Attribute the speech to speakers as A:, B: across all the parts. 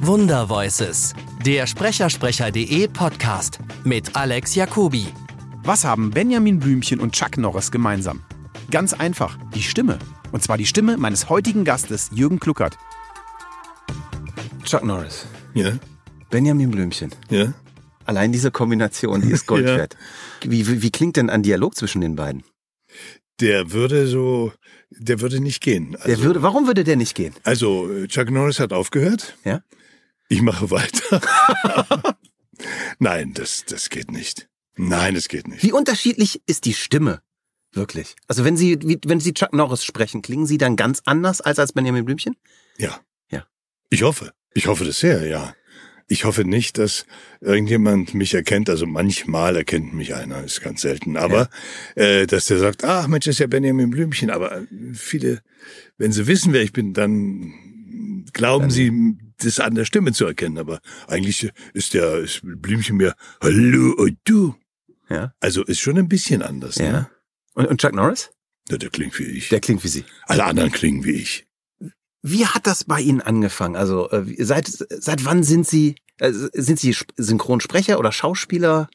A: Wunder Voices, der Sprechersprecher.de Podcast mit Alex Jacobi.
B: Was haben Benjamin Blümchen und Chuck Norris gemeinsam? Ganz einfach, die Stimme. Und zwar die Stimme meines heutigen Gastes, Jürgen Kluckert.
C: Chuck Norris,
D: Ja,
C: Benjamin Blümchen.
D: ja.
C: Allein diese Kombination, die ist Gold wert. Wie, wie, wie klingt denn ein Dialog zwischen den beiden?
D: Der würde so, der würde nicht gehen.
C: Der
D: Also,
C: würde, warum würde der nicht gehen?
D: also äh, Chuck Norris hat aufgehört.
C: Ja?
D: Ich mache weiter. Nein, das, das geht nicht. Nein, das geht nicht.
C: Wie unterschiedlich ist die Stimme? Wirklich. Also wenn Sie, wie, wenn Sie Chuck Norris sprechen, klingen Sie dann ganz anders als als Benjamin Blümchen?
D: Ja.
C: Ja.
D: Ich hoffe. Ich hoffe das sehr, ja. Ich hoffe nicht, dass irgendjemand mich erkennt. Also manchmal erkennt mich einer, ist ganz selten. Aber äh, dass der sagt, ach Mensch, das ist ja Benjamin Blümchen. Aber viele, wenn sie wissen, wer ich bin, dann glauben sie, das an der Stimme zu erkennen. Aber eigentlich ist der ist Blümchen mir, hallo und du.
C: Ja.
D: Also ist schon ein bisschen anders. Ne?
C: Und, und Chuck Norris?
D: Ja, der klingt wie ich.
C: Der klingt wie Sie.
D: Alle anderen klingen wie ich.
C: Wie hat das bei Ihnen angefangen? Also äh, wie- seit, seit wann sind Sie, äh, sind Sie Sp- Synchronsprecher oder Schauspieler?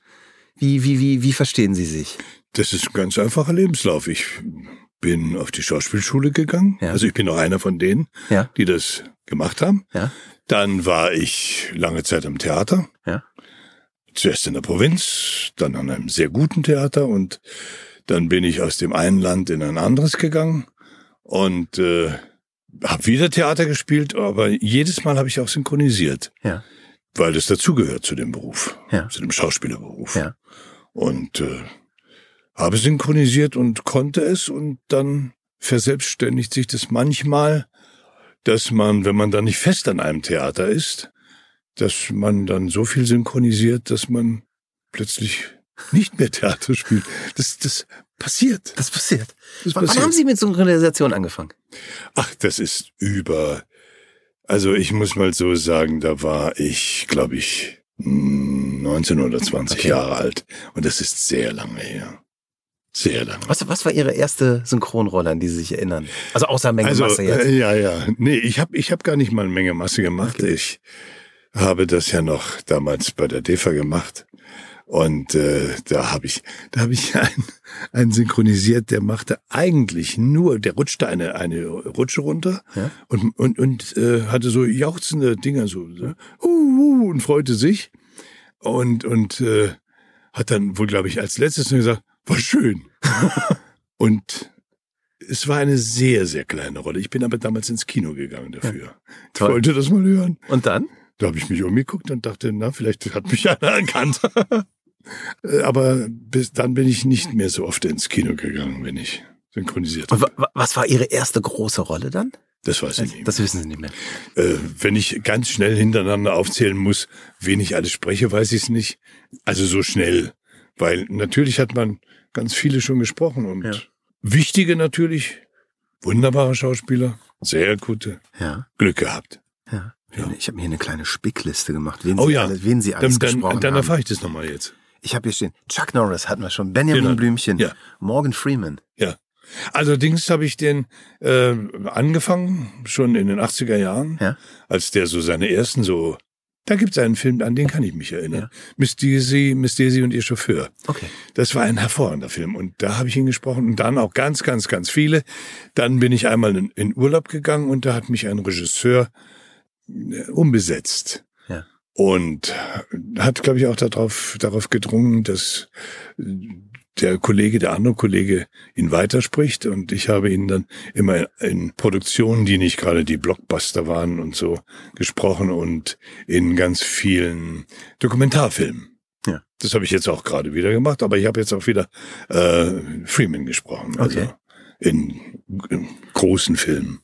C: Wie, wie, wie, wie verstehen Sie sich?
D: Das ist ein ganz einfacher Lebenslauf. Ich bin auf die Schauspielschule gegangen.
C: Ja.
D: Also ich bin noch einer von denen,
C: Ja.
D: die das gemacht haben.
C: Ja.
D: Dann war ich lange Zeit im Theater.
C: Ja.
D: Zuerst in der Provinz, dann an einem sehr guten Theater und dann bin ich aus dem einen Land in ein anderes gegangen und äh, habe wieder Theater gespielt, aber jedes Mal habe ich auch synchronisiert.
C: Ja.
D: Weil das dazugehört zu dem Beruf,
C: Ja.
D: zu dem Schauspielerberuf.
C: Ja.
D: Und äh, habe synchronisiert und konnte es und dann verselbstständigt sich das manchmal, dass man, wenn man da nicht fest an einem Theater ist, dass man dann so viel synchronisiert, dass man plötzlich nicht mehr Theater spielt. Das, das passiert.
C: Das passiert.
D: Das
C: Wann
D: passiert.
C: haben Sie mit Synchronisation angefangen?
D: Ach, das ist über. Also ich muss mal so sagen, da war ich, glaube ich, mm, 19 oder 20
C: Okay.
D: Jahre alt. Und das ist sehr lange her. Sehr lange.
C: Was, was war Ihre erste Synchronrolle, an die Sie sich erinnern? Also außer Menge Masse jetzt.
D: äh, ja, ja. Nee, ich habe ich hab gar nicht mal eine Menge Masse gemacht. Ich habe das ja noch damals bei der DEFA gemacht. Und äh, da habe ich, da habe ich einen, einen synchronisiert, der machte eigentlich nur, der rutschte eine, eine Rutsche runter
C: Ja.
D: und, und, und äh, hatte so jauchzende Dinger, so, so uh, uh, und freute sich. Und, und äh, hat dann wohl, glaube ich, als letztes nur gesagt, war schön. und es war eine sehr, sehr kleine Rolle. Ich bin aber damals ins Kino gegangen dafür. Ich
C: Toll.
D: wollte das mal hören.
C: Und dann?
D: Da habe ich mich umgeguckt und dachte, na, vielleicht hat mich einer erkannt. Äh, aber bis dann bin ich nicht mehr so oft ins Kino gegangen, wenn ich synchronisiert
C: Und
D: habe.
C: wa- wa- was war Ihre erste große Rolle dann?
D: Das weiß ich nicht.
C: Das wissen Sie nicht mehr.
D: äh, wenn ich ganz schnell hintereinander aufzählen muss, wen ich alles spreche, weiß ich es nicht. Also so schnell. Weil natürlich hat man ganz viele schon gesprochen und
C: Ja.
D: wichtige natürlich, wunderbare Schauspieler, sehr gute.
C: Ja,
D: Glück gehabt.
C: ja.
D: Ja.
C: Ich habe mir eine kleine Spickliste gemacht, wen,
D: Oh
C: Sie,
D: ja.
C: alle, wen Sie alles
D: Dann, dann,
C: gesprochen
D: dann
C: haben.
D: erfahre ich das nochmal jetzt.
C: Ich habe hier stehen, Chuck Norris hatten wir schon, Benjamin
D: Genau.
C: Blümchen,
D: Ja.
C: Morgan Freeman.
D: Allerdings Also habe ich den äh, angefangen, schon in den 80er Jahren,
C: Ja.
D: als der so seine ersten so. Da gibt es einen Film, an den kann ich mich erinnern. Miss Daisy, Miss Daisy und ihr Chauffeur.
C: Okay.
D: Das war ein hervorragender Film und da habe ich ihn gesprochen und dann auch ganz, ganz, ganz viele. Dann bin ich einmal in, in Urlaub gegangen und da hat mich ein Regisseur äh, umbesetzt.
C: Ja.
D: Und hat, glaube ich, auch darauf, darauf gedrungen, dass äh, der Kollege, der andere Kollege ihn weiterspricht und ich habe ihn dann immer in, in Produktionen, die nicht gerade die Blockbuster waren und so, gesprochen und in ganz vielen Dokumentarfilmen. Das habe ich jetzt auch gerade wieder gemacht, aber ich habe jetzt auch wieder äh, Freeman gesprochen. Also
C: Okay.
D: in, in großen Filmen.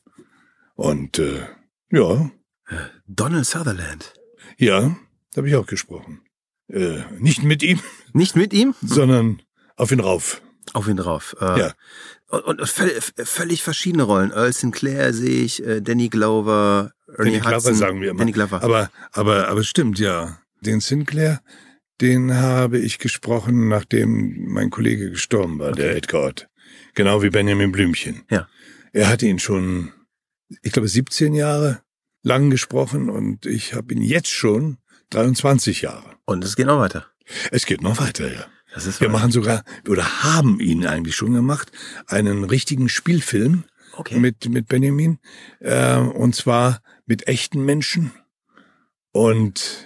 D: Und äh, ja,
C: Donald Sutherland.
D: ja, da habe ich auch gesprochen. Äh, nicht mit ihm,
C: Nicht mit ihm?
D: sondern auf ihn rauf.
C: Auf ihn drauf. Äh,
D: Ja.
C: Und, und völ- völlig verschiedene Rollen. Earl Sinclair sehe ich, äh, Danny Glover, Ernie
D: Danny Glover
C: Hudson.
D: sagen wir immer.
C: Danny Glover.
D: Aber, aber, aber stimmt, ja. Den Sinclair, den habe ich gesprochen, nachdem mein Kollege gestorben war, der Edgar Ott. Genau wie Benjamin Blümchen.
C: Ja.
D: Er hatte ihn schon, ich glaube, 17 Jahre lang gesprochen und ich habe ihn jetzt schon 23 Jahre.
C: Und es geht noch weiter.
D: Es geht noch weiter, ja.
C: Das ist
D: Wir machen sogar, oder haben ihn eigentlich schon gemacht, einen richtigen Spielfilm
C: okay.
D: mit, mit Benjamin. Äh, und zwar mit echten Menschen. Und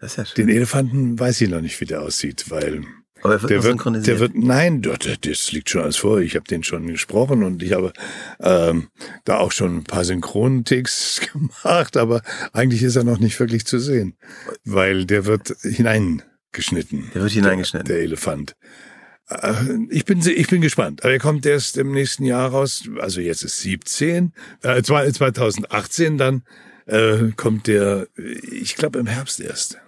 C: das ist ja schön.
D: den E- Elefanten weiß ich noch nicht, wie der aussieht, weil
C: Aber er wird
D: der
C: noch
D: wird,
C: synchronisiert.
D: der wird, nein, das, das liegt schon alles vor. Ich habe den schon gesprochen und ich habe ähm, da auch schon ein paar Synchronticks gemacht, aber eigentlich ist er noch nicht wirklich zu sehen, weil der wird hineingeschnitten.
C: der wird hineingeschnitten.
D: Der Elefant. Äh, Ich bin, se- ich bin gespannt. Aber er kommt erst im nächsten Jahr raus. Also jetzt ist 17, äh, zwei- 2018 dann äh, kommt der, ich glaube im Herbst erst.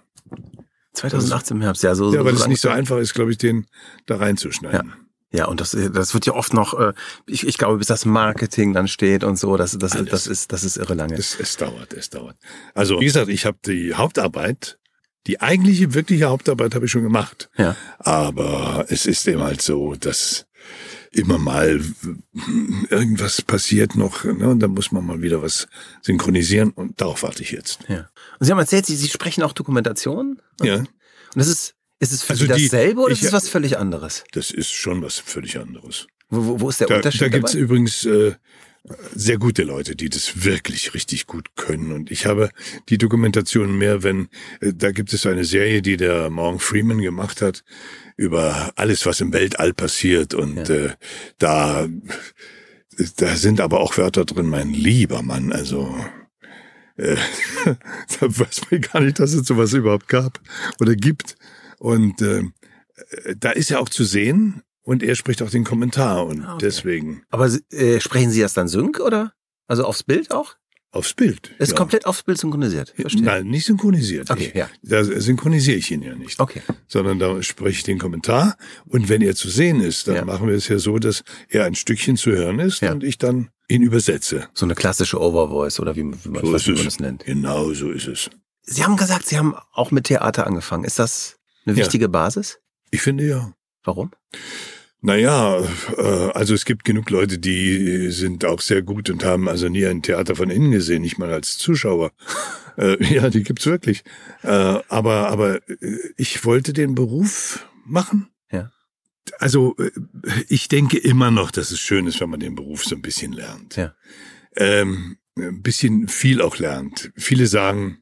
C: 2018 im Herbst, ja, so.
D: Ja, weil
C: Also so
D: es nicht so
C: lang-
D: einfach ist, glaube ich, den da reinzuschneiden.
C: Ja, und das, das wird ja oft noch, äh, ich, ich glaube, bis das Marketing dann steht und so, das, das,
D: Alles.
C: das ist, das ist irre lange.
D: Es, es dauert, es dauert. Also wie gesagt, ich habe die Hauptarbeit, die eigentliche, wirkliche Hauptarbeit habe ich schon gemacht.
C: Ja.
D: Aber es ist eben halt so, dass immer mal irgendwas passiert noch ne? und dann muss man mal wieder was synchronisieren und darauf warte ich jetzt.
C: Ja. Und Sie haben erzählt, Sie, Sie sprechen auch Dokumentationen.
D: Ja,
C: Und das ist, ist es für
D: Also
C: Sie
D: die-
C: dasselbe oder
D: ich-
C: ist es was völlig anderes?
D: das ist schon was völlig anderes.
C: Wo, wo, wo ist der
D: Da,
C: Unterschied?
D: da gibt's
C: dabei?
D: übrigens äh, sehr gute Leute, die das wirklich richtig gut können. Und ich habe die Dokumentation mehr, wenn, äh, da gibt es eine Serie, die der Morgan Freeman gemacht hat, über alles, was im Weltall passiert. Und
C: Ja.
D: äh, da, da sind aber auch Wörter drin, mein lieber Mann, also... äh, Da weiß man gar nicht, dass es sowas überhaupt gab oder gibt. Und ähm, äh, da ist er auch zu sehen und er spricht auch den Kommentar und
C: Ah, okay.
D: deswegen
C: Aber äh, sprechen Sie das dann sync oder? Also aufs Bild auch?
D: aufs Bild.
C: Ist
D: ja.
C: komplett aufs Bild synchronisiert. Verstehe.
D: Nein, nicht synchronisiert.
C: Okay,
D: Ich,
C: ja.
D: da synchronisiere ich ihn ja nicht,
C: Okay.
D: sondern da spreche ich den Kommentar und wenn er zu sehen ist, dann
C: Ja.
D: machen wir es ja so, dass er ein Stückchen zu hören ist
C: Ja.
D: und ich dann ihn übersetze.
C: So eine klassische Overvoice oder wie, wie man,
D: So
C: was
D: ist
C: wie man
D: es.
C: das nennt.
D: Genau so ist es.
C: Sie haben gesagt, Sie haben auch mit Theater angefangen. Ist das eine
D: Ja.
C: wichtige Basis?
D: Ich finde ja.
C: Warum?
D: Naja, äh, also es gibt genug Leute, die sind auch sehr gut und haben also nie ein Theater von innen gesehen, nicht mal als Zuschauer. äh, ja, die gibt's wirklich. Äh, aber aber äh, ich wollte den Beruf machen.
C: Ja.
D: Also äh, ich denke immer noch, dass es schön ist, wenn man den Beruf so ein bisschen lernt.
C: Ja.
D: Ähm, ein bisschen viel auch lernt. Viele sagen,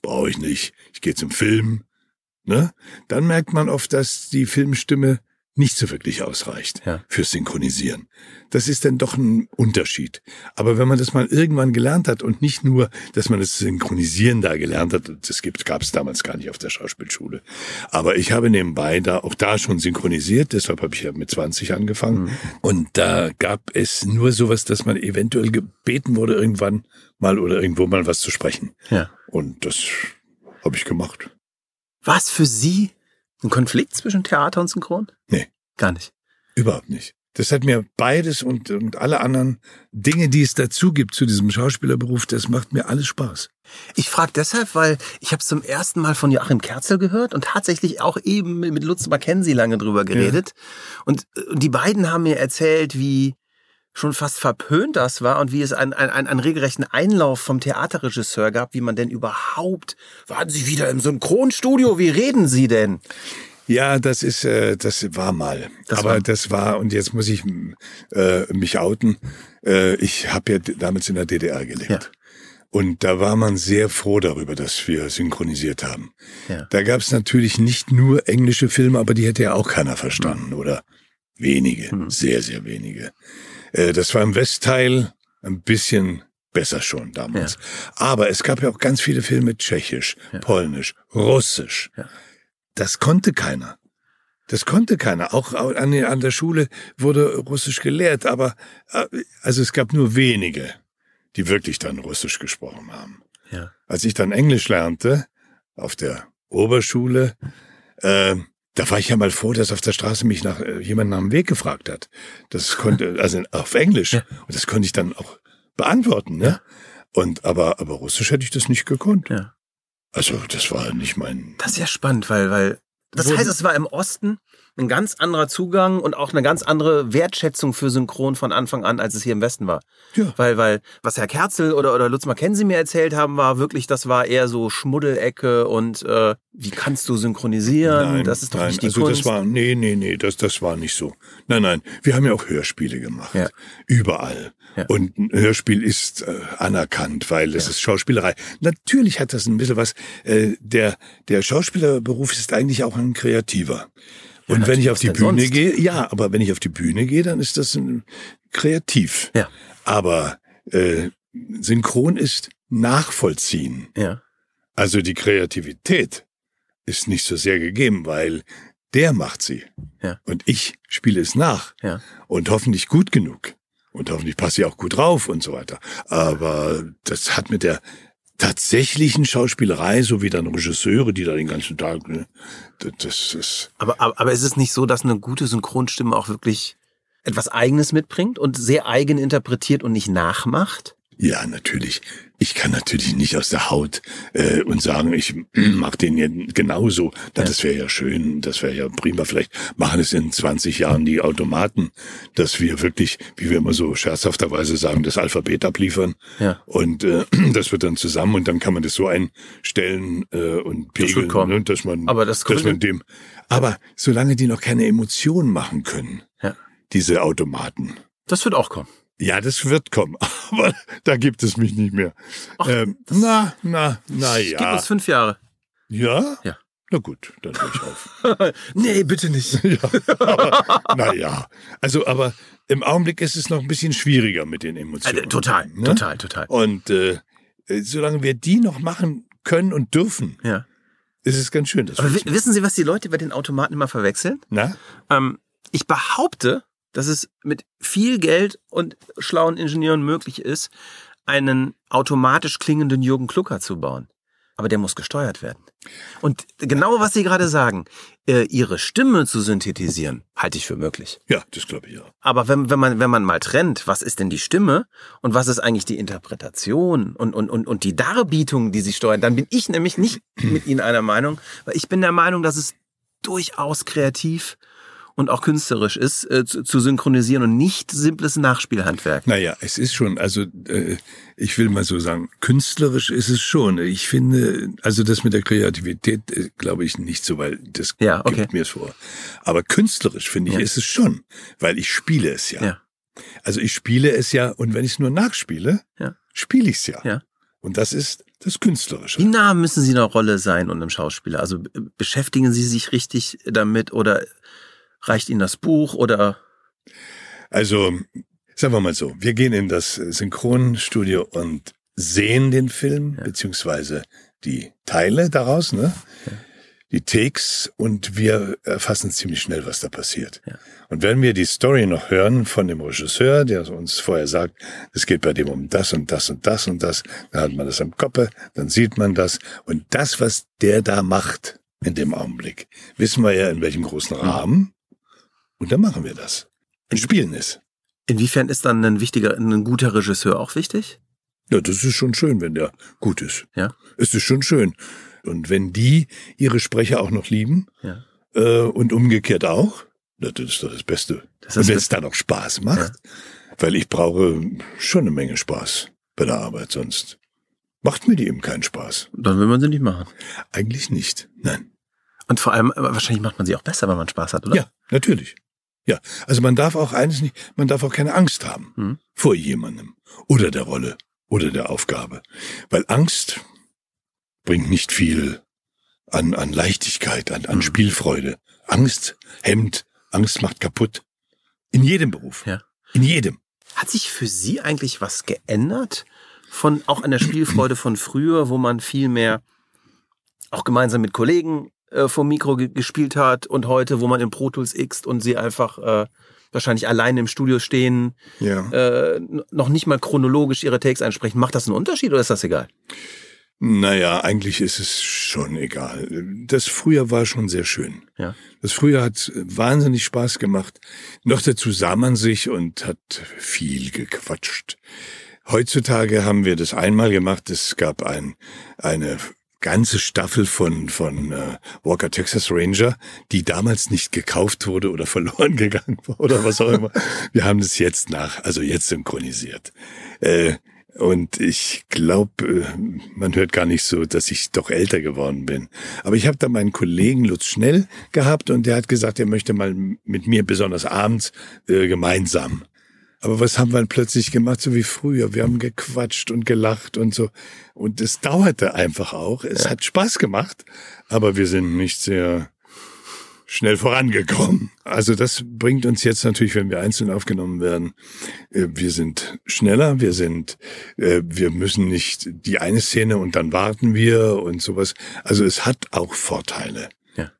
D: brauche ich nicht, ich gehe zum Film. Ne? Dann merkt man oft, dass die Filmstimme nicht so wirklich ausreicht
C: Ja.
D: fürs Synchronisieren. Das ist dann doch ein Unterschied. Aber wenn man das mal irgendwann gelernt hat und nicht nur, dass man das Synchronisieren da gelernt hat, und das gibt, gab es damals gar nicht auf der Schauspielschule. Aber ich habe nebenbei da auch da schon synchronisiert, deshalb habe ich ja mit 20 angefangen. Und da gab es nur sowas, dass man eventuell gebeten wurde, irgendwann mal oder irgendwo mal was zu sprechen.
C: Ja.
D: Und das habe ich gemacht.
C: War es für Sie ein Konflikt zwischen Theater und Synchron?
D: Nee.
C: Gar nicht.
D: Überhaupt nicht. Das hat mir beides und, und alle anderen Dinge, die es dazu gibt zu diesem Schauspielerberuf, das macht mir alles Spaß.
C: Ich frage deshalb, weil ich habe zum ersten Mal von Joachim Kerzel gehört und tatsächlich auch eben mit Lutz Mackenzie lange drüber geredet. Und, und die beiden haben mir erzählt, wie schon fast verpönt das war und wie es einen, einen, einen, einen regelrechten Einlauf vom Theaterregisseur gab, wie man denn überhaupt, waren Sie wieder im Synchronstudio, wie reden Sie denn?
D: Ja, das ist, äh, das war mal.
C: Das
D: Aber
C: war-
D: das war, und jetzt muss ich äh, mich outen, äh, ich habe ja d- damals in der DDR gelebt.
C: Ja.
D: Und da war man sehr froh darüber, dass wir synchronisiert haben.
C: Ja.
D: Da gab es natürlich nicht nur englische Filme, aber die hätte ja auch keiner verstanden,
C: Hm.
D: oder? Wenige, sehr, sehr wenige. Äh, das war im Westteil ein bisschen besser schon damals. Aber es gab ja auch ganz viele Filme tschechisch, polnisch, russisch.
C: Ja.
D: Das konnte keiner. Das konnte keiner. Auch an, der- an der Schule wurde Russisch gelehrt, aber äh, also es gab nur wenige, die wirklich dann Russisch gesprochen haben.
C: Ja.
D: Als ich dann Englisch lernte, auf der Oberschule, äh, da war ich ja mal froh, dass auf der Straße mich nach äh, jemand nach dem Weg gefragt hat. Das konnte, also auf Englisch.
C: Ja.
D: Und das konnte ich dann auch beantworten, ne? Und aber, aber Russisch hätte ich das nicht gekonnt.
C: Ja.
D: Also das war nicht mein.
C: Das ist ja spannend, weil, weil das
D: Wurden-
C: heißt, es war im Osten ein ganz anderer Zugang und auch eine ganz andere Wertschätzung für Synchron von Anfang an, als es hier im Westen war.
D: Ja.
C: Weil, weil, was Herr Kerzel oder, oder Lutz Mackenzie mir erzählt haben, war wirklich, das war eher so Schmuddelecke und äh, wie kannst du synchronisieren? das ist doch
D: nein.
C: nicht die
D: also
C: Kunst.
D: das war, nee, nee, nee, das, das war nicht so. Nein, nein, wir haben ja auch Hörspiele gemacht.
C: Ja.
D: Überall.
C: Ja.
D: Und ein Hörspiel ist äh, anerkannt, weil es ist Schauspielerei. Natürlich hat das ein bisschen was. Äh, der, der Schauspielerberuf ist eigentlich auch ein kreativer. Und wenn ich auf die
C: was
D: Bühne
C: denn sonst?
D: gehe, ja, aber wenn ich auf die Bühne gehe, dann ist das ein, kreativ.
C: Ja.
D: Aber äh, synchron ist nachvollziehen.
C: ja.
D: Also die Kreativität ist nicht so sehr gegeben, weil der macht sie.
C: Ja.
D: Und ich spiele es nach.
C: Ja.
D: Und hoffentlich gut genug. Und hoffentlich passe ich auch gut drauf und so weiter. Aber das hat mit der tatsächlichen Schauspielerei, so wie dann Regisseure, die da den ganzen Tag, ne, das, das ist,
C: Aber, aber, aber ist es nicht so, dass eine gute Synchronstimme auch wirklich etwas Eigenes mitbringt und sehr eigen interpretiert und nicht nachmacht?
D: ja, natürlich. Ich kann natürlich nicht aus der Haut äh, und sagen, ich mache den jetzt genauso. Na, Das wäre ja schön, das wäre ja prima. Vielleicht machen es in 20 Jahren die Automaten, dass wir wirklich, wie wir immer so scherzhafterweise sagen, das Alphabet abliefern.
C: Ja.
D: Und äh, das wird dann zusammen und dann kann man das so einstellen äh, und
C: wird
D: pegeln,
C: kommen.
D: ne, dass man,
C: Aber das
D: dass man
C: Grüne-
D: dem. Aber solange die noch keine Emotionen machen können,
C: Ja.
D: diese Automaten.
C: Das wird auch kommen.
D: Ja, das wird kommen, aber da gibt es mich nicht mehr. ähm, na, na, na
C: Gib
D: ja.
C: uns fünf Jahre.
D: Ja?
C: Ja.
D: Na gut, dann höre ich auf.
C: nee, bitte nicht.
D: ja, aber, na ja. Also, aber im Augenblick ist es noch ein bisschen schwieriger mit den Emotionen.
C: Also, total,
D: ne?
C: total, total.
D: Und äh, äh, solange wir die noch machen können und dürfen,
C: Ja.
D: ist es ganz schön. Dass
C: Aber
D: wir
C: wi- wissen Sie, was die Leute bei den Automaten immer verwechseln?
D: na?
C: Ähm, ich behaupte, dass es mit viel Geld und schlauen Ingenieuren möglich ist, einen automatisch klingenden Jürgen Klucker zu bauen. Aber der muss gesteuert werden. Und genau was Sie gerade sagen, äh, Ihre Stimme zu synthetisieren, halte ich für möglich.
D: Ja, das glaube ich ja.
C: Aber wenn, wenn, man, wenn man mal trennt, was ist denn die Stimme und was ist eigentlich die Interpretation und, und, und, und die Darbietung, die sie steuern, dann bin ich nämlich nicht mit Ihnen einer Meinung, weil ich bin der Meinung, dass es durchaus kreativ und auch künstlerisch ist, äh, zu, zu synchronisieren und nicht simples Nachspielhandwerk.
D: Naja, es ist schon, also äh, ich will mal so sagen, künstlerisch ist es schon. Ich finde, also das mit der Kreativität äh, glaube ich nicht so, weil das
C: Ja, okay.
D: gibt mir es vor. Aber künstlerisch finde ich,
C: Ja.
D: ist es schon, weil ich spiele es ja.
C: Ja.
D: Also ich spiele es ja und wenn ich es nur nachspiele,
C: Ja.
D: spiele ich es ja.
C: Ja.
D: Und das ist das Künstlerische.
C: Wie nah müssen Sie einer Rolle sein und einem Schauspieler? Also äh, beschäftigen Sie sich richtig damit oder reicht Ihnen das Buch oder
D: Also, sagen wir mal so, wir gehen in das äh, Synchronstudio und sehen den Film, beziehungsweise die Teile daraus, ne? Die Takes und wir erfassen ziemlich schnell, was da passiert.
C: Ja.
D: Und wenn wir die Story noch hören von dem Regisseur, der uns vorher sagt, es geht bei dem um das und das und das und das, dann hat man das am Kopf, dann sieht man das. Und das, was der da macht in dem Augenblick, wissen wir ja in welchem großen Rahmen. Und dann machen wir das. Und spielen es.
C: inwiefern ist dann ein wichtiger, ein guter Regisseur auch wichtig?
D: Ja, das ist schon schön, wenn der gut ist.
C: Ja.
D: Es ist schon schön. Und wenn die ihre Sprecher auch noch lieben
C: Ja.
D: äh, und umgekehrt auch, na, das ist doch das Beste.
C: Das ist
D: und wenn
C: das-
D: es dann auch Spaß macht, weil ich brauche schon eine Menge Spaß bei der Arbeit, sonst macht mir die eben keinen Spaß.
C: Dann will man sie nicht machen.
D: Eigentlich nicht. Nein.
C: Und vor allem, aber wahrscheinlich macht man sie auch besser, wenn man Spaß hat, oder?
D: Ja, natürlich. Ja, also man darf auch eines nicht, man darf auch keine Angst haben
C: Mhm.
D: vor jemandem oder der Rolle oder der Aufgabe, weil Angst bringt nicht viel an, an Leichtigkeit, an, an
C: Mhm.
D: Spielfreude. Angst hemmt, Angst macht kaputt. In jedem Beruf.
C: Ja.
D: In jedem.
C: Hat sich für Sie eigentlich was geändert von auch an der Spielfreude von früher, wo man viel mehr auch gemeinsam mit Kollegen äh, vom Mikro ge gespielt hat und heute, wo man in Pro Tools X und sie einfach äh, wahrscheinlich alleine im Studio stehen,
D: Ja.
C: äh, n- noch nicht mal chronologisch ihre Takes einsprechen. Macht das einen Unterschied oder ist das egal?
D: Naja, eigentlich ist es schon egal. Das Frühjahr war schon sehr schön.
C: Ja.
D: Das Frühjahr hat wahnsinnig Spaß gemacht. Noch dazu sah man sich und hat viel gequatscht. Heutzutage haben wir das einmal gemacht. Es gab ein, eine ganze Staffel von, von äh, Walker Texas Ranger, die damals nicht gekauft wurde oder verloren gegangen war oder was auch immer. Wir haben das jetzt nach, also jetzt synchronisiert. Äh, und ich glaube, man hört gar nicht so, dass ich doch älter geworden bin. Aber ich habe da meinen Kollegen Lutz Schnell gehabt und der hat gesagt, er möchte mal mit mir besonders abends äh, gemeinsam. Aber was haben wir dann plötzlich gemacht, so wie früher? Wir haben gequatscht und gelacht und so. Und es dauerte einfach auch. Es hat Spaß gemacht, aber wir sind nicht sehr schnell vorangekommen. Also das bringt uns jetzt natürlich, wenn wir einzeln aufgenommen werden, äh, wir sind schneller, wir sind, äh, wir müssen nicht die eine Szene und dann warten wir und sowas. Also es hat auch Vorteile.
C: Ja.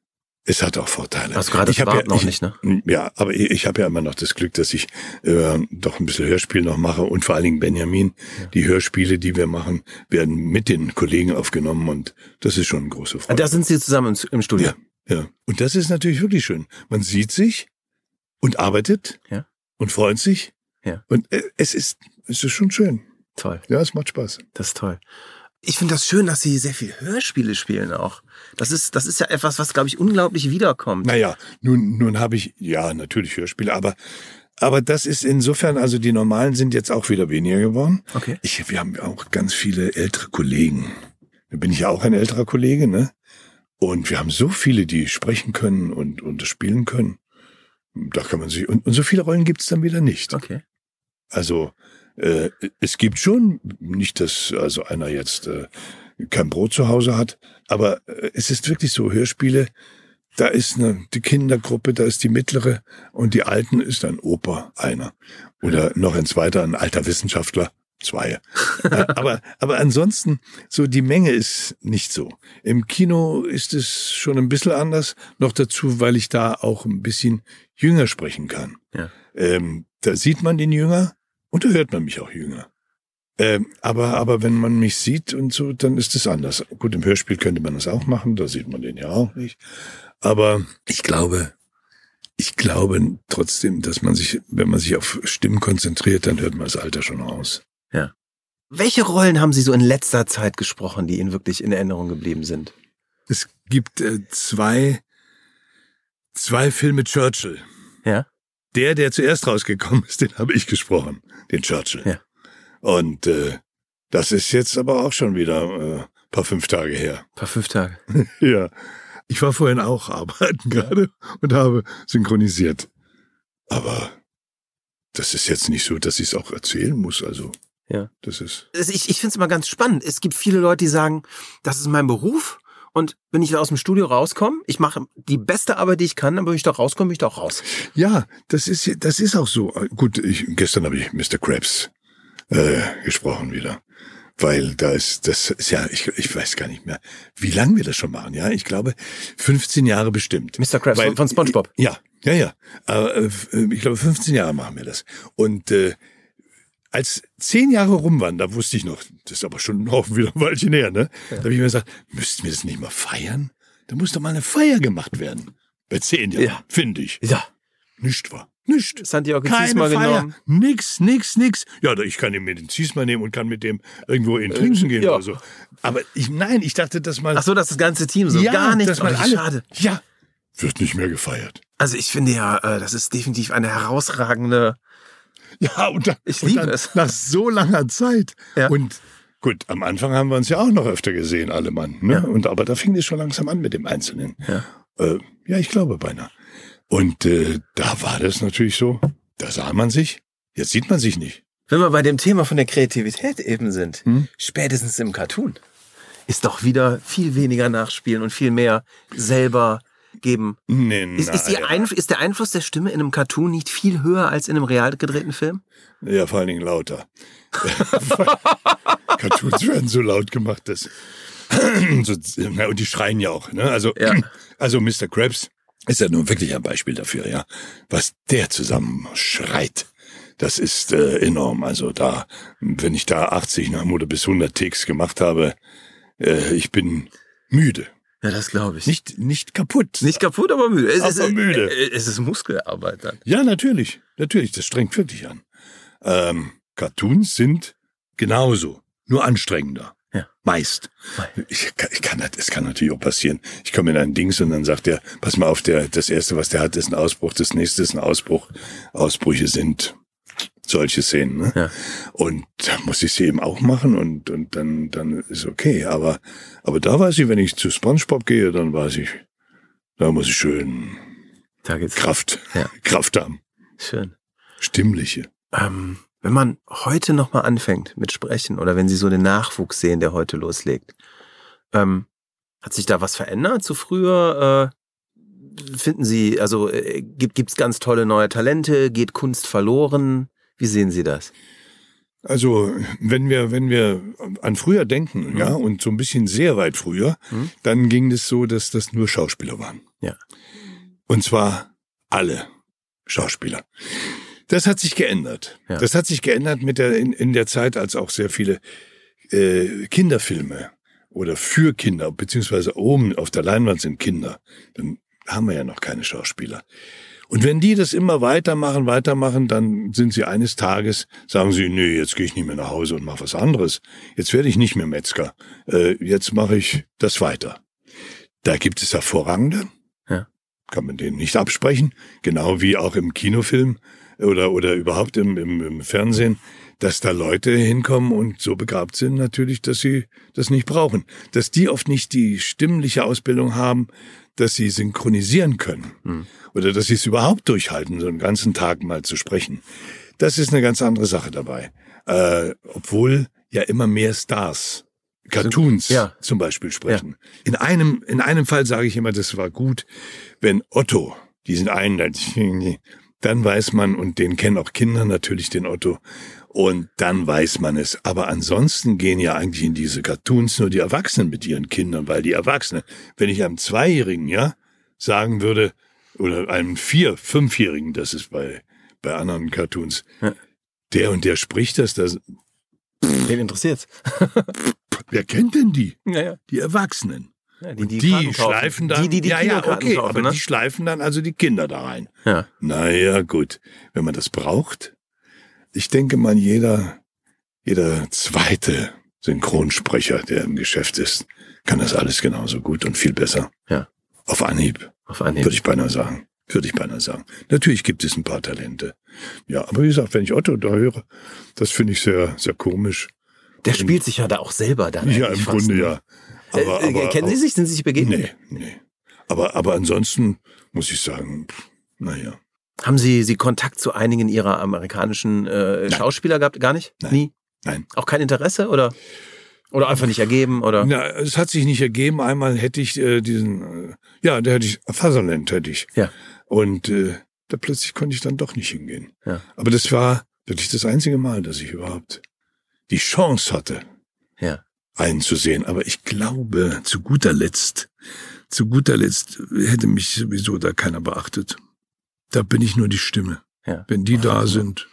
D: Es hat auch Vorteile.
C: Hast du gerade
D: Ich
C: das
D: hab
C: Warten
D: ja,
C: noch
D: ich,
C: nicht, ne?
D: ja, aber ich, ich habe ja immer noch das Glück, dass ich äh, doch ein bisschen Hörspiel noch mache und vor allen Dingen Benjamin. Die Hörspiele, die wir machen, werden mit den Kollegen aufgenommen und das ist schon eine große Freude.
C: Da sind sie zusammen im- im Studio.
D: Ja. Und das ist natürlich wirklich schön. Man sieht sich und arbeitet
C: Ja.
D: und freut sich.
C: Ja.
D: Und äh, es ist, es ist schon schön.
C: Toll,
D: Ja, es macht Spaß.
C: das ist toll. Ich finde das schön, dass sie sehr viel Hörspiele spielen auch. Das ist, das ist ja etwas, was, glaube ich, unglaublich wiederkommt.
D: Naja, nun, nun habe ich, ja, natürlich Hörspiele, aber, aber das ist insofern, also die normalen sind jetzt auch wieder weniger geworden.
C: Okay.
D: Ich, wir haben ja auch ganz viele ältere Kollegen. Da bin ich ja auch ein älterer Kollege, ne? Und wir haben so viele, die sprechen können und, und das spielen können. Da kann man sich, und, und so viele Rollen gibt's dann wieder nicht.
C: Okay.
D: Also äh, es gibt schon, nicht, dass also einer jetzt äh, kein Brot zu Hause hat, aber äh, es ist wirklich so, Hörspiele, da ist eine, die Kindergruppe, da ist die mittlere und die Alten ist ein Opa, einer. Oder noch ein zweiter, ein alter Wissenschaftler, zwei. Äh, aber, aber ansonsten, so die Menge ist nicht so. Im Kino ist es schon ein bisschen anders, noch dazu, weil ich da auch ein bisschen jünger sprechen kann. Ähm, da sieht man den Jünger und da hört man mich auch jünger. Ähm, aber, aber wenn man mich sieht und so, dann ist es anders. Gut, im Hörspiel könnte man das auch machen, da sieht man den ja auch nicht. Aber ich glaube, ich glaube trotzdem, dass man sich, wenn man sich auf Stimmen konzentriert, dann hört man das Alter schon raus.
C: Welche Rollen haben Sie so in letzter Zeit gesprochen, die Ihnen wirklich in Erinnerung geblieben sind?
D: Es gibt äh, zwei, zwei Filme Churchill.
C: Ja.
D: Der, der zuerst rausgekommen ist, den habe ich gesprochen, den Churchill.
C: Ja.
D: Und äh, das ist jetzt aber auch schon wieder äh, paar fünf Tage her.
C: Ein paar fünf Tage.
D: Ja. Ich war vorhin auch arbeiten gerade und habe synchronisiert. Aber das ist jetzt nicht so, dass ich es auch erzählen muss. Also
C: Ja.
D: das ist.
C: Es- Ich, ich finde es immer ganz spannend. Es gibt viele Leute, die sagen, das ist mein Beruf. Und wenn ich da aus dem Studio rauskomme, ich mache die beste Arbeit, die ich kann, aber wenn ich da rauskomme, bin ich da auch raus.
D: Ja, das ist das ist auch so. Gut, ich, gestern habe ich Mr. Krabs äh, gesprochen wieder. Weil da ist, das ist ja, ich, ich weiß gar nicht mehr, wie lange wir das schon machen, ja. Ich glaube, 15 Jahre bestimmt.
C: Mr. Krabs
D: Weil-
C: von- von SpongeBob.
D: Ja, ja, ja. Aber, äh, ich glaube, 15 Jahre machen wir das. Und äh, als zehn Jahre rum waren, da wusste ich noch, das ist aber schon auch wieder ein Weilchen her, ne? Da habe ich mir gesagt, müssten wir das nicht mal feiern? Da muss doch mal eine Feier gemacht werden. Bei zehn Jahren,
C: Ja.
D: finde ich.
C: Ja.
D: Nicht wahr? Nicht.
C: Santiago
D: Keine
C: Kiesmer
D: Feier,
C: genommen.
D: nix, nix, nix. Ja, da- ich kann den Medizinsmer nehmen und kann mit dem irgendwo in Trinken gehen
C: Äh, ja.
D: oder so. Aber ich, nein, ich dachte, dass man...
C: Ach so, dass das ganze Team so gar nicht.
D: dass man
C: Oh, wie
D: alle,
C: Schade.
D: Ja, wird nicht mehr gefeiert.
C: Also ich finde ja, äh, das ist definitiv eine herausragende.
D: Ja, und dann,
C: Ich
D: und
C: liebe
D: dann
C: es.
D: nach so langer Zeit.
C: Ja.
D: Und gut, am Anfang haben wir uns ja auch noch öfter gesehen, alle Mann. Ne?
C: Ja.
D: Und, aber da fing es schon langsam an mit dem Einzelnen.
C: Ja.
D: äh, ja ich glaube beinahe. Und äh, da war das natürlich so, da sah man sich, jetzt sieht man sich nicht.
C: Wenn wir bei dem Thema von der Kreativität eben sind,
D: Hm?
C: spätestens im Cartoon, ist doch wieder viel weniger nachspielen und viel mehr selber geben.
D: Nee,
C: Ist, ist, die
D: nein.
C: Einf ist der Einfluss der Stimme in einem Cartoon nicht viel höher als in einem real gedrehten Film?
D: Ja, vor allen Dingen lauter. Cartoons werden so laut gemacht, dass. so, na, und die schreien ja auch. Ne? Also,
C: Ja.
D: also Mr. Krabs ist ja nun wirklich ein Beispiel dafür, ja. Was der zusammen schreit. Das ist äh, enorm. Also da, wenn ich da 80 ne, oder bis 100 Takes gemacht habe, äh, ich bin müde.
C: Ja, das glaube ich.
D: Nicht, nicht kaputt.
C: Nicht kaputt, aber müde. Es,
D: Aber
C: ist,
D: müde.
C: Es ist Muskelarbeit dann.
D: Ja, natürlich. Natürlich, das strengt wirklich an. Ähm, Cartoons sind genauso, nur anstrengender.
C: Ja.
D: Meist. Ich, kann- ich kann das, es kann natürlich auch passieren. Ich komme in ein Dings und dann sagt er, pass mal auf, der, das erste, was der hat, ist ein Ausbruch, das nächste ist ein Ausbruch. Ausbrüche sind solche Szenen. Ne?
C: Ja.
D: Und da muss ich sie eben auch machen und, und dann, dann ist okay. Aber, aber da weiß ich, wenn ich zu Spongebob gehe, dann weiß ich, da muss ich schön
C: Da geht's
D: Kraft,
C: Ja.
D: Kraft haben.
C: Schön.
D: Stimmliche.
C: Ähm, wenn man heute nochmal anfängt mit Sprechen oder wenn Sie so den Nachwuchs sehen, der heute loslegt, ähm, hat sich da was verändert zu früher? Äh, finden Sie, also äh, gibt es ganz tolle neue Talente? Geht Kunst verloren? Wie sehen Sie das?
D: Also, wenn wir, wenn wir an früher denken, ja, und so ein bisschen sehr weit früher,
C: Mhm.
D: dann ging es so, dass das nur Schauspieler waren.
C: Ja.
D: Und zwar alle Schauspieler. Das hat sich geändert.
C: Ja.
D: Das hat sich geändert mit der, in, in der Zeit, als auch sehr viele äh, Kinderfilme oder für Kinder, beziehungsweise oben auf der Leinwand sind Kinder. Dann haben wir ja noch keine Schauspieler. Und wenn die das immer weitermachen, weitermachen, dann sind sie eines Tages, sagen sie, nee, jetzt gehe ich nicht mehr nach Hause und mache was anderes. Jetzt werde ich nicht mehr Metzger. Äh, jetzt mache ich das weiter. Da gibt es hervorragende.
C: Ja.
D: Kann man denen nicht absprechen. Genau wie auch im Kinofilm oder, oder überhaupt im, im, im Fernsehen, dass da Leute hinkommen und so begabt sind natürlich, dass sie das nicht brauchen. Dass die oft nicht die stimmliche Ausbildung haben, dass sie synchronisieren können oder dass sie es überhaupt durchhalten, so einen ganzen Tag mal zu sprechen. Das ist eine ganz andere Sache dabei. Äh, obwohl ja immer mehr Stars, Cartoons
C: Ja.
D: zum Beispiel sprechen. In einem, in einem Fall sage ich immer, das war gut, wenn Otto diesen einen, dann weiß man, und den kennen auch Kinder natürlich, den Otto, und dann weiß man es. Aber ansonsten gehen ja eigentlich in diese Cartoons nur die Erwachsenen mit ihren Kindern, weil die Erwachsenen, wenn ich einem Zweijährigen, ja, sagen würde, oder einem Vier-, Fünfjährigen, das ist bei, bei anderen Cartoons,
C: Ja.
D: der und der spricht das, das,
C: Wen interessiert's?
D: wer kennt denn die?
C: Ja, ja.
D: Die Erwachsenen.
C: ja
D: Und die, schleifen dann,
C: Die, die, die
D: ja, ja,
C: Kinokarten
D: okay,
C: kaufen,
D: aber
C: ne?
D: die schleifen dann also die Kinder da rein.
C: Ja.
D: Naja, gut, wenn man das braucht. Ich denke mal, jeder, jeder zweite Synchronsprecher, der im Geschäft ist, kann das alles genauso gut und viel besser.
C: Ja.
D: Auf Anhieb,
C: Auf Anhieb.
D: würde ich beinahe sagen. Würde ich beinahe sagen. Natürlich gibt es ein paar Talente. Ja, aber wie gesagt, wenn ich Otto da höre, das finde ich sehr, sehr komisch.
C: Der spielt sich ja da auch selber dann.
D: Ja,
C: eigentlich
D: im
C: fast,
D: Grunde
C: ne?
D: ja.
C: Äh,
D: Aber,
C: äh,
D: aber,
C: kennen Sie sich? Sind Sie sich begegnet?
D: Nee, nee. Aber, aber ansonsten muss ich sagen, pff, naja.
C: Haben Sie, Sie Kontakt zu einigen Ihrer amerikanischen äh, Schauspieler gehabt? Gar nicht?
D: Nein.
C: Nie?
D: Nein.
C: Auch kein Interesse oder? Oder einfach nicht ergeben oder?
D: Na, es hat sich nicht ergeben. Einmal hätte ich äh, diesen, äh, ja, da hätte ich, Fatherland hätte ich.
C: Ja.
D: Und äh, da plötzlich konnte ich dann doch nicht hingehen.
C: Ja.
D: Aber das war wirklich das einzige Mal, dass ich überhaupt die Chance hatte,
C: Ja.
D: einen zu sehen. Aber ich glaube, zu guter Letzt, zu guter Letzt hätte mich sowieso da keiner beachtet. Da bin ich nur die Stimme.
C: Ja.
D: Wenn die da sind.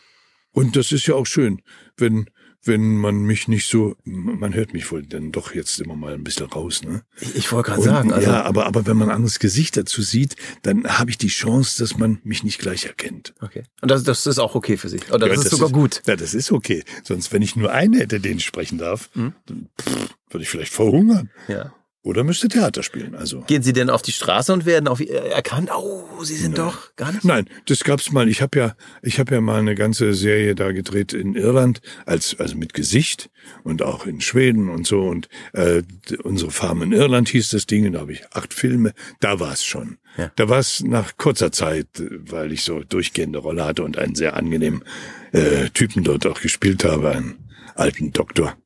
D: Und das ist ja auch schön, wenn, wenn man mich nicht so, man hört mich wohl dann doch jetzt immer mal ein bisschen raus, ne?
C: Ich, ich wollte gerade
D: Und,
C: sagen, also,
D: ja, aber, aber wenn man ein anderes Gesicht dazu sieht, dann habe ich die Chance, dass man mich nicht gleich erkennt.
C: okay. Und das, das ist auch okay für Sie. Oder
D: Ja,
C: das, ist sogar gut.
D: Ja, das ist okay. Sonst, wenn ich nur einen hätte, den ich sprechen darf,
C: Mhm.
D: dann pff, würde ich vielleicht verhungern.
C: Ja.
D: Oder müsste Theater spielen, also.
C: Gehen Sie denn auf die Straße und werden auf äh, erkannt? Oh, Sie sind doch gar nicht.
D: Nein, das gab's mal. Ich habe ja, ich habe ja mal eine ganze Serie da gedreht in Irland, als also mit Gesicht und auch in Schweden und so. Und äh, d- unsere Farm in Irland hieß das Ding. Da habe ich acht Filme. Da war's schon.
C: Ja.
D: Da war's nach kurzer Zeit, äh, weil ich so durchgehende Rolle hatte und einen sehr angenehmen äh, Typen dort auch gespielt habe, einen alten Doktor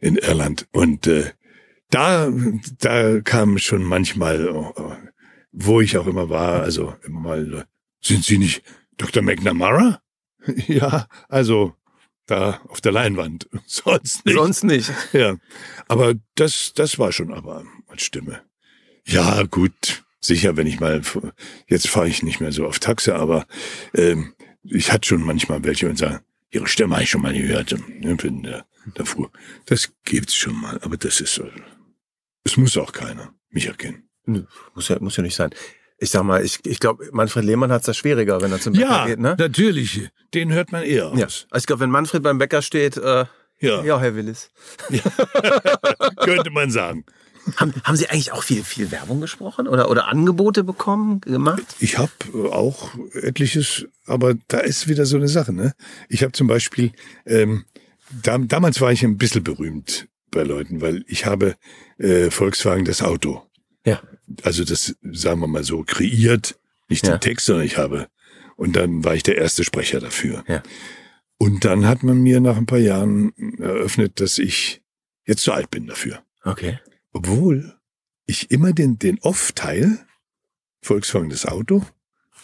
D: in Irland. Und äh, da, da kam schon manchmal, oh, oh, wo ich auch immer war, also immer mal, sind Sie nicht Dr. McNamara? ja, also da auf der Leinwand, sonst nicht.
C: Sonst nicht.
D: Ja, aber das, das war schon aber als Stimme. Ja, gut, sicher, wenn ich mal, jetzt fahre ich nicht mehr so auf Taxe, aber ähm, ich hatte schon manchmal welche und sagen, ihre Stimme habe ich schon mal gehört, ne, wenn der, der fuhr. Das gibt's schon mal, aber das ist, so- es muss auch keiner mich erkennen.
C: Nö, muss ja, muss ja nicht sein. Ich sag mal, ich, ich glaube, Manfred Lehmann hat es da schwieriger, wenn er zum Bäcker geht, ne?
D: natürlich, den hört man eher
C: Ja. Also ich glaube, wenn Manfred beim Bäcker steht, äh,
D: Ja,
C: Ja, Herr Willis.
D: könnte man sagen.
C: Haben, haben Sie eigentlich auch viel, viel Werbung gesprochen oder, oder Angebote bekommen, gemacht?
D: Ich habe auch etliches, aber da ist wieder so eine Sache. Ne? Ich habe zum Beispiel, ähm, dam damals war ich ein bisschen berühmt bei Leuten, weil ich habe äh, Volkswagen das Auto.
C: Ja.
D: Also das, sagen wir mal so, kreiert, nicht
C: Ja.
D: den Text, sondern ich habe. Und dann war ich der erste Sprecher dafür.
C: Ja.
D: Und dann hat man mir nach ein paar Jahren eröffnet, dass ich jetzt zu alt bin dafür.
C: Okay.
D: Obwohl ich immer den, den Off-Teil, Volkswagen das Auto,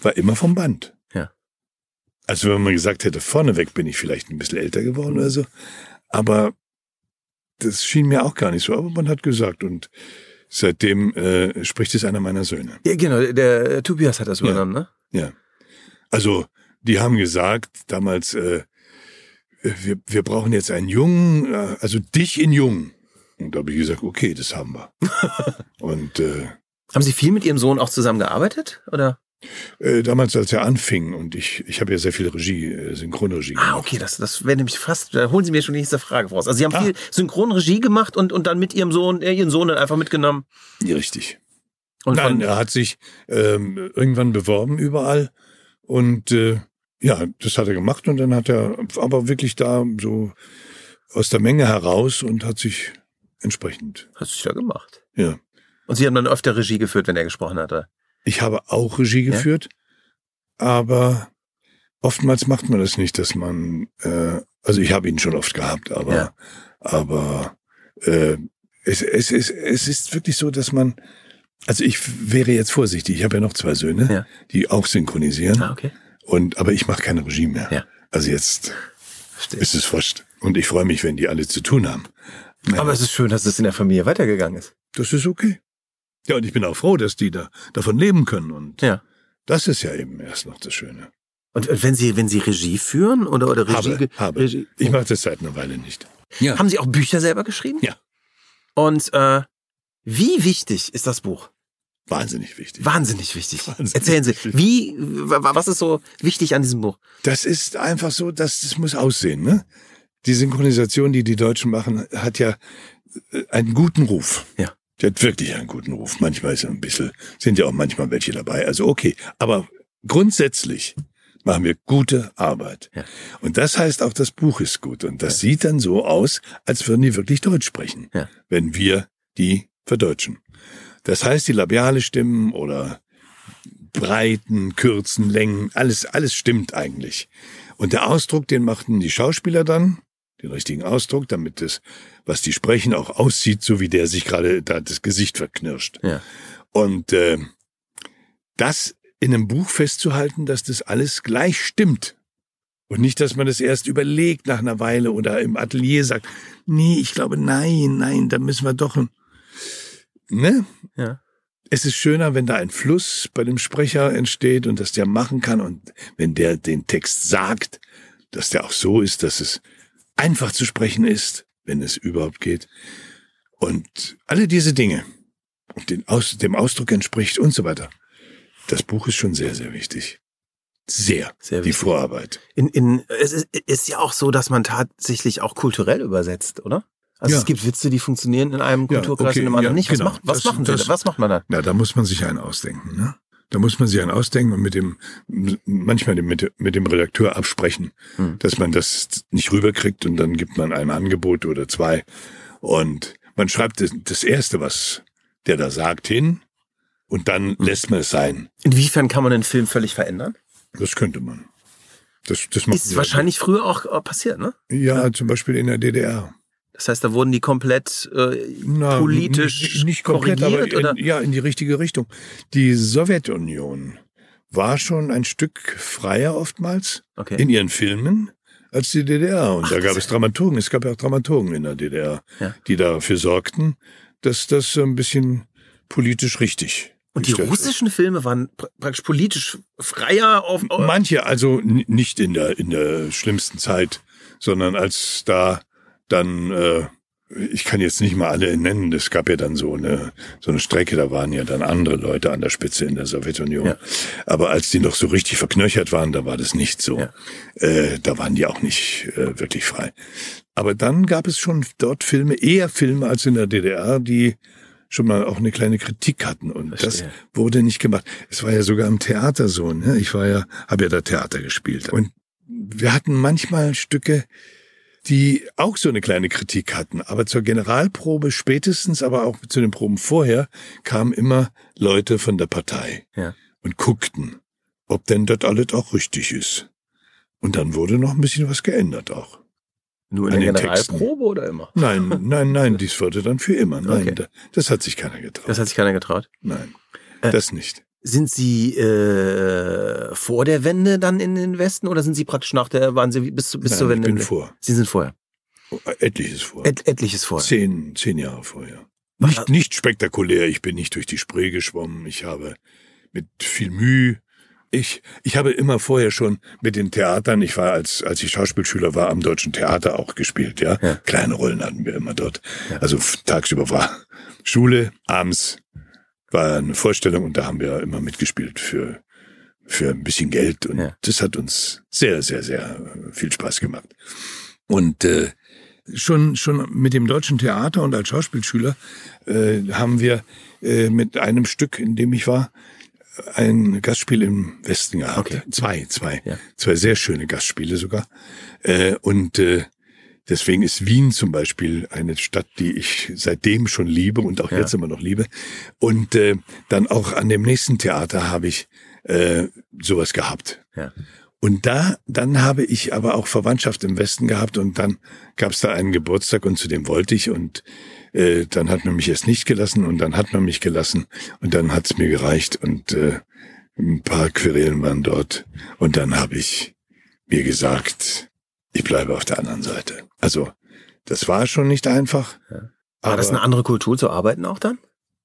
D: war immer vom Band.
C: Ja.
D: Also wenn man gesagt hätte, vorneweg bin ich vielleicht ein bisschen älter geworden oder so. Aber das schien mir auch gar nicht so. Aber man hat gesagt und seitdem äh, spricht es einer meiner Söhne.
C: Ja, genau, der äh, Tobias hat das
D: Ja.
C: übernommen, ne?
D: Also die haben gesagt damals, äh, wir, wir brauchen jetzt einen Jungen, äh, also dich in Jungen. Und da habe ich gesagt, okay, das haben wir. und äh,
C: Haben Sie viel mit Ihrem Sohn auch zusammengearbeitet? Oder?
D: Äh, damals, als er anfing, und ich, ich habe ja sehr viel Regie, äh, Synchronregie.
C: Ah,
D: gemacht.
C: okay, das, das wäre nämlich fast, da holen Sie mir schon die nächste Frage voraus. Also Sie haben
D: Ah.
C: viel Synchronregie gemacht und, und dann mit Ihrem Sohn, äh, Ihren Sohn dann einfach mitgenommen.
D: Ja, richtig.
C: Und
D: Nein,
C: von-
D: er hat sich ähm, irgendwann beworben überall und äh, ja, das hat er gemacht und dann hat er aber wirklich da so aus der Menge heraus und hat sich entsprechend,
C: hast du ja gemacht.
D: ja.
C: Und Sie haben dann öfter Regie geführt, wenn er gesprochen hat. oder?
D: Ich habe auch Regie
C: Ja?
D: geführt, aber oftmals macht man das nicht, dass man, äh, also ich habe ihn schon oft gehabt, aber,
C: Ja.
D: aber äh, es, es, es, es ist wirklich so, dass man, also ich wäre jetzt vorsichtig, ich habe ja noch zwei Söhne,
C: Ja.
D: die auch synchronisieren,
C: Ah, okay.
D: und aber ich mache keine Regie mehr.
C: Ja.
D: Also jetzt
C: Verstehe.
D: ist es wurscht. Und ich freue mich, wenn die alle zu tun haben.
C: Aber es ist schön, dass es in der Familie weitergegangen ist.
D: Das ist okay. Ja, und ich bin auch froh, dass die da davon leben können. Und
C: Ja.
D: das ist ja eben erst noch das Schöne.
C: Und, und wenn Sie, wenn Sie Regie führen oder, oder Regie,
D: Habe,
C: ge-
D: habe.
C: Regie
D: Ich mache das seit einer Weile nicht. Ja.
C: haben Sie auch Bücher selber geschrieben?
D: Ja.
C: Und äh, wie wichtig ist das Buch?
D: Wahnsinnig wichtig.
C: Wahnsinnig wichtig.
D: Wahnsinnig
C: Erzählen Sie,
D: wichtig.
C: wie, wa- wa- was ist so wichtig an diesem Buch?
D: Das ist einfach so, dass das muss aussehen. Ne? Die Synchronisation, die die Deutschen machen, hat ja äh, einen guten Ruf.
C: Ja.
D: Die hat wirklich einen guten Ruf. Manchmal ist ein bisschen, sind ja auch manchmal welche dabei. Also okay. Aber grundsätzlich machen wir gute Arbeit.
C: Ja.
D: Und das heißt auch, das Buch ist gut. Und das sieht dann so aus, als würden die wirklich Deutsch sprechen,
C: Ja.
D: wenn wir die verdeutschen. Das heißt, die labiale Stimmen oder Breiten, Kürzen, Längen, alles, alles stimmt eigentlich. Und der Ausdruck, den machten die Schauspieler dann, den richtigen Ausdruck, damit das, was die sprechen, auch aussieht, so wie der sich gerade da das Gesicht verknirscht.
C: Ja.
D: Und äh, das in einem Buch festzuhalten, dass das alles gleich stimmt. Und nicht, dass man das erst überlegt nach einer Weile oder im Atelier sagt, nee, ich glaube, nein, nein, da müssen wir doch. ein- Ne?
C: Ja.
D: Es ist schöner, wenn da ein Fluss bei dem Sprecher entsteht und dass der machen kann und wenn der den Text sagt, dass der auch so ist, dass es einfach zu sprechen ist, wenn es überhaupt geht. Und alle diese Dinge und den Aus, dem Ausdruck entspricht und so weiter. Das Buch ist schon sehr, sehr wichtig. Sehr.
C: Sehr
D: Die
C: wichtig.
D: Vorarbeit.
C: In, in, es ist, ist ja auch so, dass man tatsächlich auch kulturell übersetzt, oder? Also
D: Ja.
C: es gibt Witze, die funktionieren in einem
D: Ja,
C: Kulturkreis
D: okay,
C: und im anderen
D: ja,
C: nicht. Was,
D: genau.
C: macht, was
D: Das-
C: machen Sie?
D: das-
C: da? was macht man dann?
D: Na, da muss man sich einen ausdenken, ne? Da muss man sich einen ausdenken und mit dem, manchmal mit, mit dem Redakteur absprechen,
C: Hm.
D: dass man das nicht rüberkriegt und dann gibt man ein Angebot oder zwei. Und man schreibt das, das erste, was der da sagt, hin und dann
C: Hm.
D: lässt man es sein.
C: Inwiefern kann man den Film völlig verändern?
D: Das könnte man. Das, das machen
C: Ist
D: die
C: wahrscheinlich früher auch äh, passiert, ne?
D: Leute. Ja, zum Beispiel in der DDR.
C: Das heißt, da wurden die komplett äh,
D: Na,
C: politisch
D: nicht, nicht komplett,
C: korrigiert
D: aber in,
C: oder?
D: ja in die richtige Richtung. Die Sowjetunion war schon ein Stück freier oftmals
C: Okay.
D: in ihren Filmen als die DDR und da
C: das
D: gab
C: ist-
D: es Dramaturgen, es gab ja auch Dramaturgen in der DDR,
C: Ja.
D: die dafür sorgten, dass das so ein bisschen politisch richtig
C: Und die
D: gestellt wird.
C: russischen Filme waren pr- praktisch politisch freier auf.
D: Manche, also n- nicht in der, in der schlimmsten Zeit, sondern als da dann äh, ich kann jetzt nicht mal alle nennen, es gab ja dann so eine, so eine Strecke, da waren ja dann andere Leute an der Spitze in der Sowjetunion.
C: Ja.
D: Aber als die noch so richtig verknöchert waren, da war das nicht so.
C: Ja.
D: Äh, da waren die auch nicht äh, wirklich frei. Aber dann gab es schon dort Filme, eher Filme als in der DDR, die schon mal auch eine kleine Kritik hatten und
C: Verstehe.
D: das wurde nicht gemacht. Es war ja sogar im Theater so, ne? Ich war ja, habe ja da Theater gespielt und wir hatten manchmal Stücke, die auch so eine kleine Kritik hatten. Aber zur Generalprobe spätestens, aber auch zu den Proben vorher, kamen immer Leute von der Partei
C: Ja.
D: und guckten, ob denn das alles auch richtig ist. Und dann wurde noch ein bisschen was geändert auch.
C: Nur in
D: An
C: der
D: den Texten.
C: Generalprobe oder immer?
D: Nein, nein, nein, dies wurde dann für immer. Nein,
C: Okay.
D: da, das hat sich keiner getraut.
C: Das hat sich keiner getraut.
D: nein,
C: Äh,
D: das nicht.
C: Sind Sie äh, vor der Wende dann in den Westen oder sind Sie praktisch nach der, waren Sie bis, zu- bis
D: nein,
C: zur
D: ich
C: Wende?
D: bin vor.
C: Sie sind vorher.
D: Etliches vor.
C: Et, etliches vorher.
D: Zehn, zehn Jahre vorher.
C: Äh.
D: Nicht, nicht spektakulär, ich bin nicht durch die Spree geschwommen, ich habe mit viel Mühe, ich, ich habe immer vorher schon mit den Theatern, ich war als, als ich Schauspielschüler war, am Deutschen Theater auch gespielt, ja.
C: Ja.
D: Kleine Rollen hatten wir immer dort.
C: Ja.
D: Also f- tagsüber war Schule, abends war eine Vorstellung und da haben wir immer mitgespielt für, für ein bisschen Geld und
C: Ja.
D: das hat uns sehr, sehr, sehr äh, viel Spaß gemacht. Und äh, schon schon mit dem deutschen Theater und als Schauspielschüler äh, haben wir äh, mit einem Stück, in dem ich war, ein Gastspiel im Westen gehabt.
C: Okay.
D: Zwei, zwei,
C: Ja.
D: zwei sehr schöne Gastspiele sogar. Äh, und äh, deswegen ist Wien zum Beispiel eine Stadt, die ich seitdem schon liebe und auch
C: Ja.
D: jetzt immer noch liebe. Und äh, dann auch an dem nächsten Theater habe ich äh, sowas gehabt.
C: Ja.
D: Und da, dann habe ich aber auch Verwandtschaft im Westen gehabt und dann gab es da einen Geburtstag und zu dem wollte ich und äh, dann hat man mich erst nicht gelassen und dann hat man mich gelassen und dann hat's mir gereicht und äh, ein paar Querelen waren dort und dann habe ich mir gesagt, ich bleibe auf der anderen Seite. Also das war schon nicht einfach.
C: Ja. War
D: aber
C: das eine andere Kultur zu arbeiten auch dann?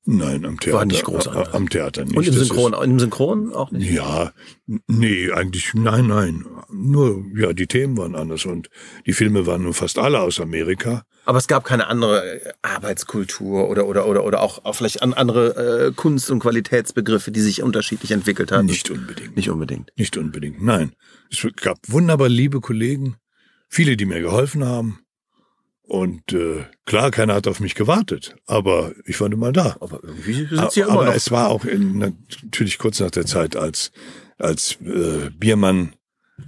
D: nein, am Theater
C: nicht groß anders.
D: Am Theater nicht.
C: Und im
D: Das ist-
C: Synchron, im Synchron auch nicht?
D: ja, n- nee, eigentlich nein, nein. Nur, ja, die Themen waren anders und die Filme waren nun fast alle aus Amerika.
C: Aber es gab keine andere äh, Arbeitskultur oder oder oder oder auch, auch vielleicht an andere äh, Kunst- und Qualitätsbegriffe, die sich unterschiedlich entwickelt haben.
D: Nicht unbedingt.
C: nicht unbedingt.
D: Nicht unbedingt, nein. Es gab wunderbar liebe Kollegen, viele, die mir geholfen haben. Und äh, klar, keiner hat auf mich gewartet, aber ich war nun mal da.
C: Aber irgendwie
D: A-
C: sind sie ja immer
D: aber
C: noch.
D: es war auch in, natürlich kurz nach der Zeit, als, als äh, Biermann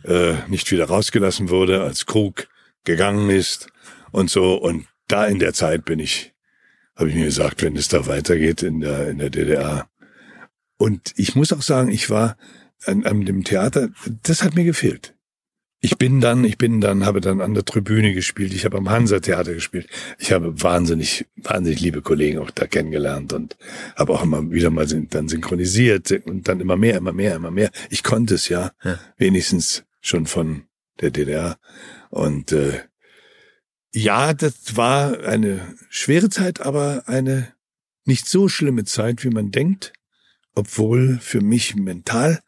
D: äh, nicht wieder rausgelassen wurde, als Krug gegangen ist und so. Und da in der Zeit bin ich, habe ich mir gesagt, wenn es da weitergeht in der, in der DDR. Und ich muss auch sagen, ich war an, an dem Theater, das hat mir gefehlt. Ich bin dann, ich bin dann, habe dann an der Tribüne gespielt, ich habe am Hansa-Theater gespielt. Ich habe wahnsinnig, wahnsinnig liebe Kollegen auch da kennengelernt und habe auch immer wieder mal syn- dann synchronisiert und dann immer mehr, immer mehr, immer mehr. Ich konnte es ja,
C: Ja.
D: wenigstens schon von der DDR. Und äh, ja, das war eine schwere Zeit, aber eine nicht so schlimme Zeit, wie man denkt. Obwohl für mich mental,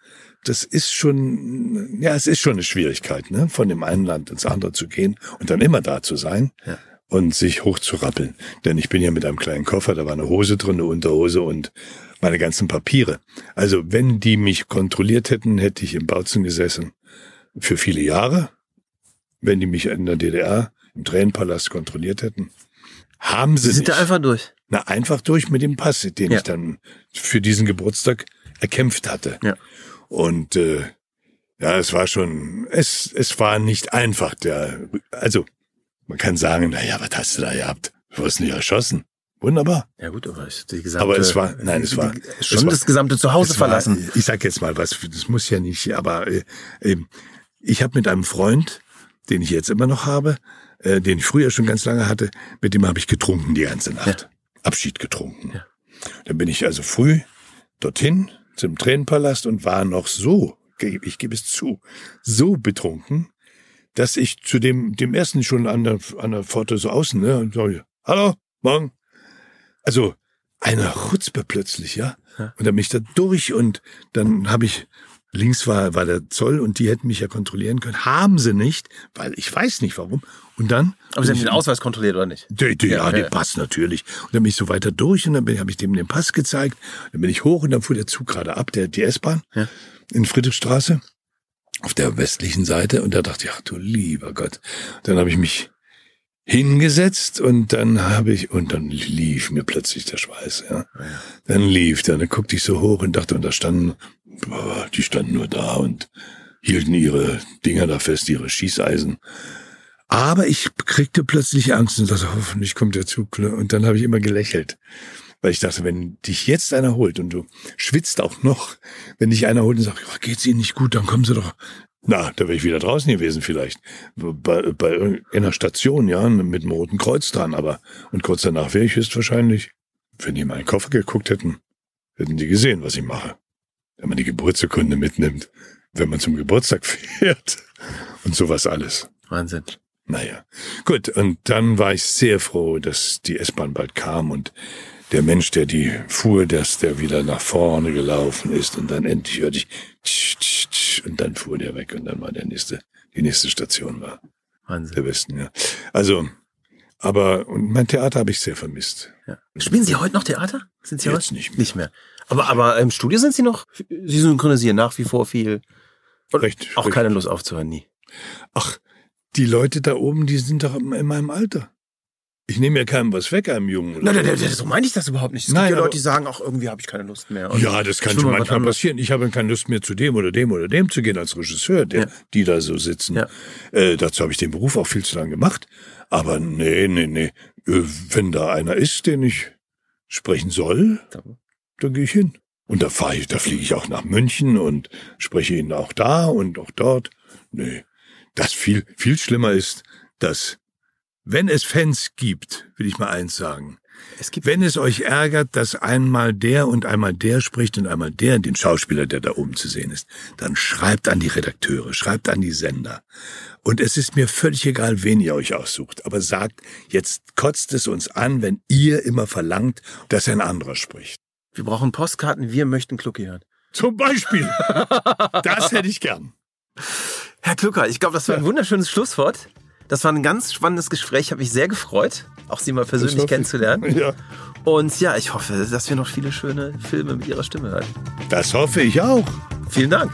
D: das ist schon, ja, es ist schon eine Schwierigkeit, ne? von dem einen Land ins andere zu gehen und dann immer da zu sein
C: Ja.
D: und sich hochzurappeln. Denn ich bin ja mit einem kleinen Koffer, da war eine Hose drin, eine Unterhose und meine ganzen Papiere. Also wenn die mich kontrolliert hätten, hätte ich im Bautzen gesessen für viele Jahre. Wenn die mich in der DDR im Tränenpalast kontrolliert hätten, haben sie
C: sie sind
D: nicht.
C: da einfach durch.
D: Na, einfach durch mit dem Pass, den
C: Ja.
D: ich dann für diesen Geburtstag erkämpft hatte.
C: Ja.
D: Und äh, ja, es war schon, es, es war nicht einfach. Der, also, man kann sagen, na ja, was hast du da gehabt? Du wurdest nicht erschossen. Wunderbar.
C: Ja gut, aber es- die gesamte,
D: Aber es war- nein, es war-
C: äh, die,
D: es
C: schon
D: war-
C: das gesamte Zuhause
D: Es war-
C: verlassen.
D: Ich sag jetzt mal was, das muss ja nicht, aber äh, ähm, ich habe mit einem Freund, den ich jetzt immer noch habe, äh, den ich früher schon ganz lange hatte, mit dem habe ich getrunken die ganze Nacht. Abschied getrunken.
C: Ja.
D: Dann bin ich also früh dorthin zum Tränenpalast und war noch so, ge- ich gebe es zu, so betrunken, dass ich zu dem, dem ersten schon an der, an der Pforte so außen, ne, und so, hallo, morgen. Also, eine Chutzpe plötzlich, ja.
C: Ja.
D: Und dann bin ich da durch und dann habe ich Links war, war der Zoll und die hätten mich ja kontrollieren können. Haben sie nicht, weil ich weiß nicht warum. Und dann.
C: Aber Sie haben den Ausweis kontrolliert, oder nicht?
D: Die, die, ja,
C: Ja,
D: den
C: ja.
D: Pass natürlich. Und dann bin ich so weiter durch und dann habe ich dem den Pass gezeigt. Dann bin ich hoch und dann fuhr der Zug gerade ab, der, die S-Bahn
C: Ja.
D: in Friedrichstraße auf der westlichen Seite. Und da dachte ich, ach du lieber Gott. Dann habe ich mich hingesetzt und dann habe ich, und dann lief mir plötzlich der Schweiß. Ja. Dann lief der. Dann guckte ich so hoch und dachte, und da standen, boah, die standen nur da und hielten ihre Dinger da fest, ihre Schießeisen. Aber ich kriegte plötzlich Angst und dachte, hoffentlich kommt der Zug. ne? Und dann habe ich immer gelächelt. Weil ich dachte, wenn dich jetzt einer holt und du schwitzt auch noch, wenn dich einer holt und sagt, oh, geht's Ihnen nicht gut, dann kommen Sie doch. Na, da wäre ich wieder draußen gewesen vielleicht. Bei, bei irgendeiner Station, ja, mit einem roten Kreuz dran. Aber, und kurz danach wäre ich höchstwahrscheinlich, wenn die in meinen Koffer geguckt hätten, hätten die gesehen, was ich mache. Wenn man die Geburtsurkunde mitnimmt, wenn man zum Geburtstag fährt und sowas alles.
C: Wahnsinn.
D: Naja, gut. Und dann war ich sehr froh, dass die S-Bahn bald kam und der Mensch, der die fuhr, dass der wieder nach vorne gelaufen ist und dann endlich hörte ich tsch, tsch, tsch, und dann fuhr der weg und dann war der nächste, die nächste Station war
C: Wahnsinn.
D: der Westen, ja. Also, aber und mein Theater habe ich sehr vermisst.
C: Ja. Spielen Sie heute noch Theater? Sind Sie
D: Jetzt
C: heute?
D: nicht mehr.
C: Nicht mehr. Aber, aber im Studio sind Sie noch, Sie synchronisieren nach wie vor viel. Und
D: Recht,
C: Auch
D: recht.
C: keine Lust aufzuhören, nie.
D: Ach, die Leute da oben, die sind doch in meinem Alter. Ich nehme ja keinem was weg, einem Jungen. oder?
C: Na, da, da, da, so meine ich das überhaupt nicht. Es
D: Nein,
C: gibt ja
D: aber-
C: Leute, die sagen, auch irgendwie habe ich keine Lust mehr. Und
D: Ja, das kann
C: ich will
D: schon
C: mal was
D: manchmal
C: anderes.
D: passieren. Ich habe keine Lust mehr zu dem oder dem oder dem zu gehen als Regisseur, der,
C: Ja.
D: die da so sitzen.
C: Ja.
D: Äh, dazu habe ich den Beruf auch viel zu lange gemacht. Aber nee, nee, nee. Äh, Wenn da einer ist, den ich sprechen soll, dann gehe ich hin. Und da fahre ich, da fliege ich auch nach München und spreche ihn auch da und auch dort. Nee. Das viel, viel schlimmer ist, dass wenn es Fans gibt, will ich mal eins sagen,
C: Es gibt
D: wenn es euch ärgert, dass einmal der und einmal der spricht und einmal der, den Schauspieler, der da oben zu sehen ist, dann schreibt an die Redakteure, schreibt an die Sender. Und es ist mir völlig egal, wen ihr euch aussucht, aber sagt, jetzt kotzt es uns an, wenn ihr immer verlangt, dass ein anderer spricht.
C: Wir brauchen Postkarten, wir möchten Klucki hören.
D: Zum Beispiel. Das hätte ich gern.
C: Herr Klucker, ich glaube, das war ein wunderschönes Schlusswort. Das war ein ganz spannendes Gespräch, habe mich sehr gefreut, auch Sie mal persönlich Also kennenzulernen.
D: Ja.
C: Und ja, ich hoffe, dass wir noch viele schöne Filme mit Ihrer Stimme hören.
D: Das hoffe ich auch.
C: Vielen Dank.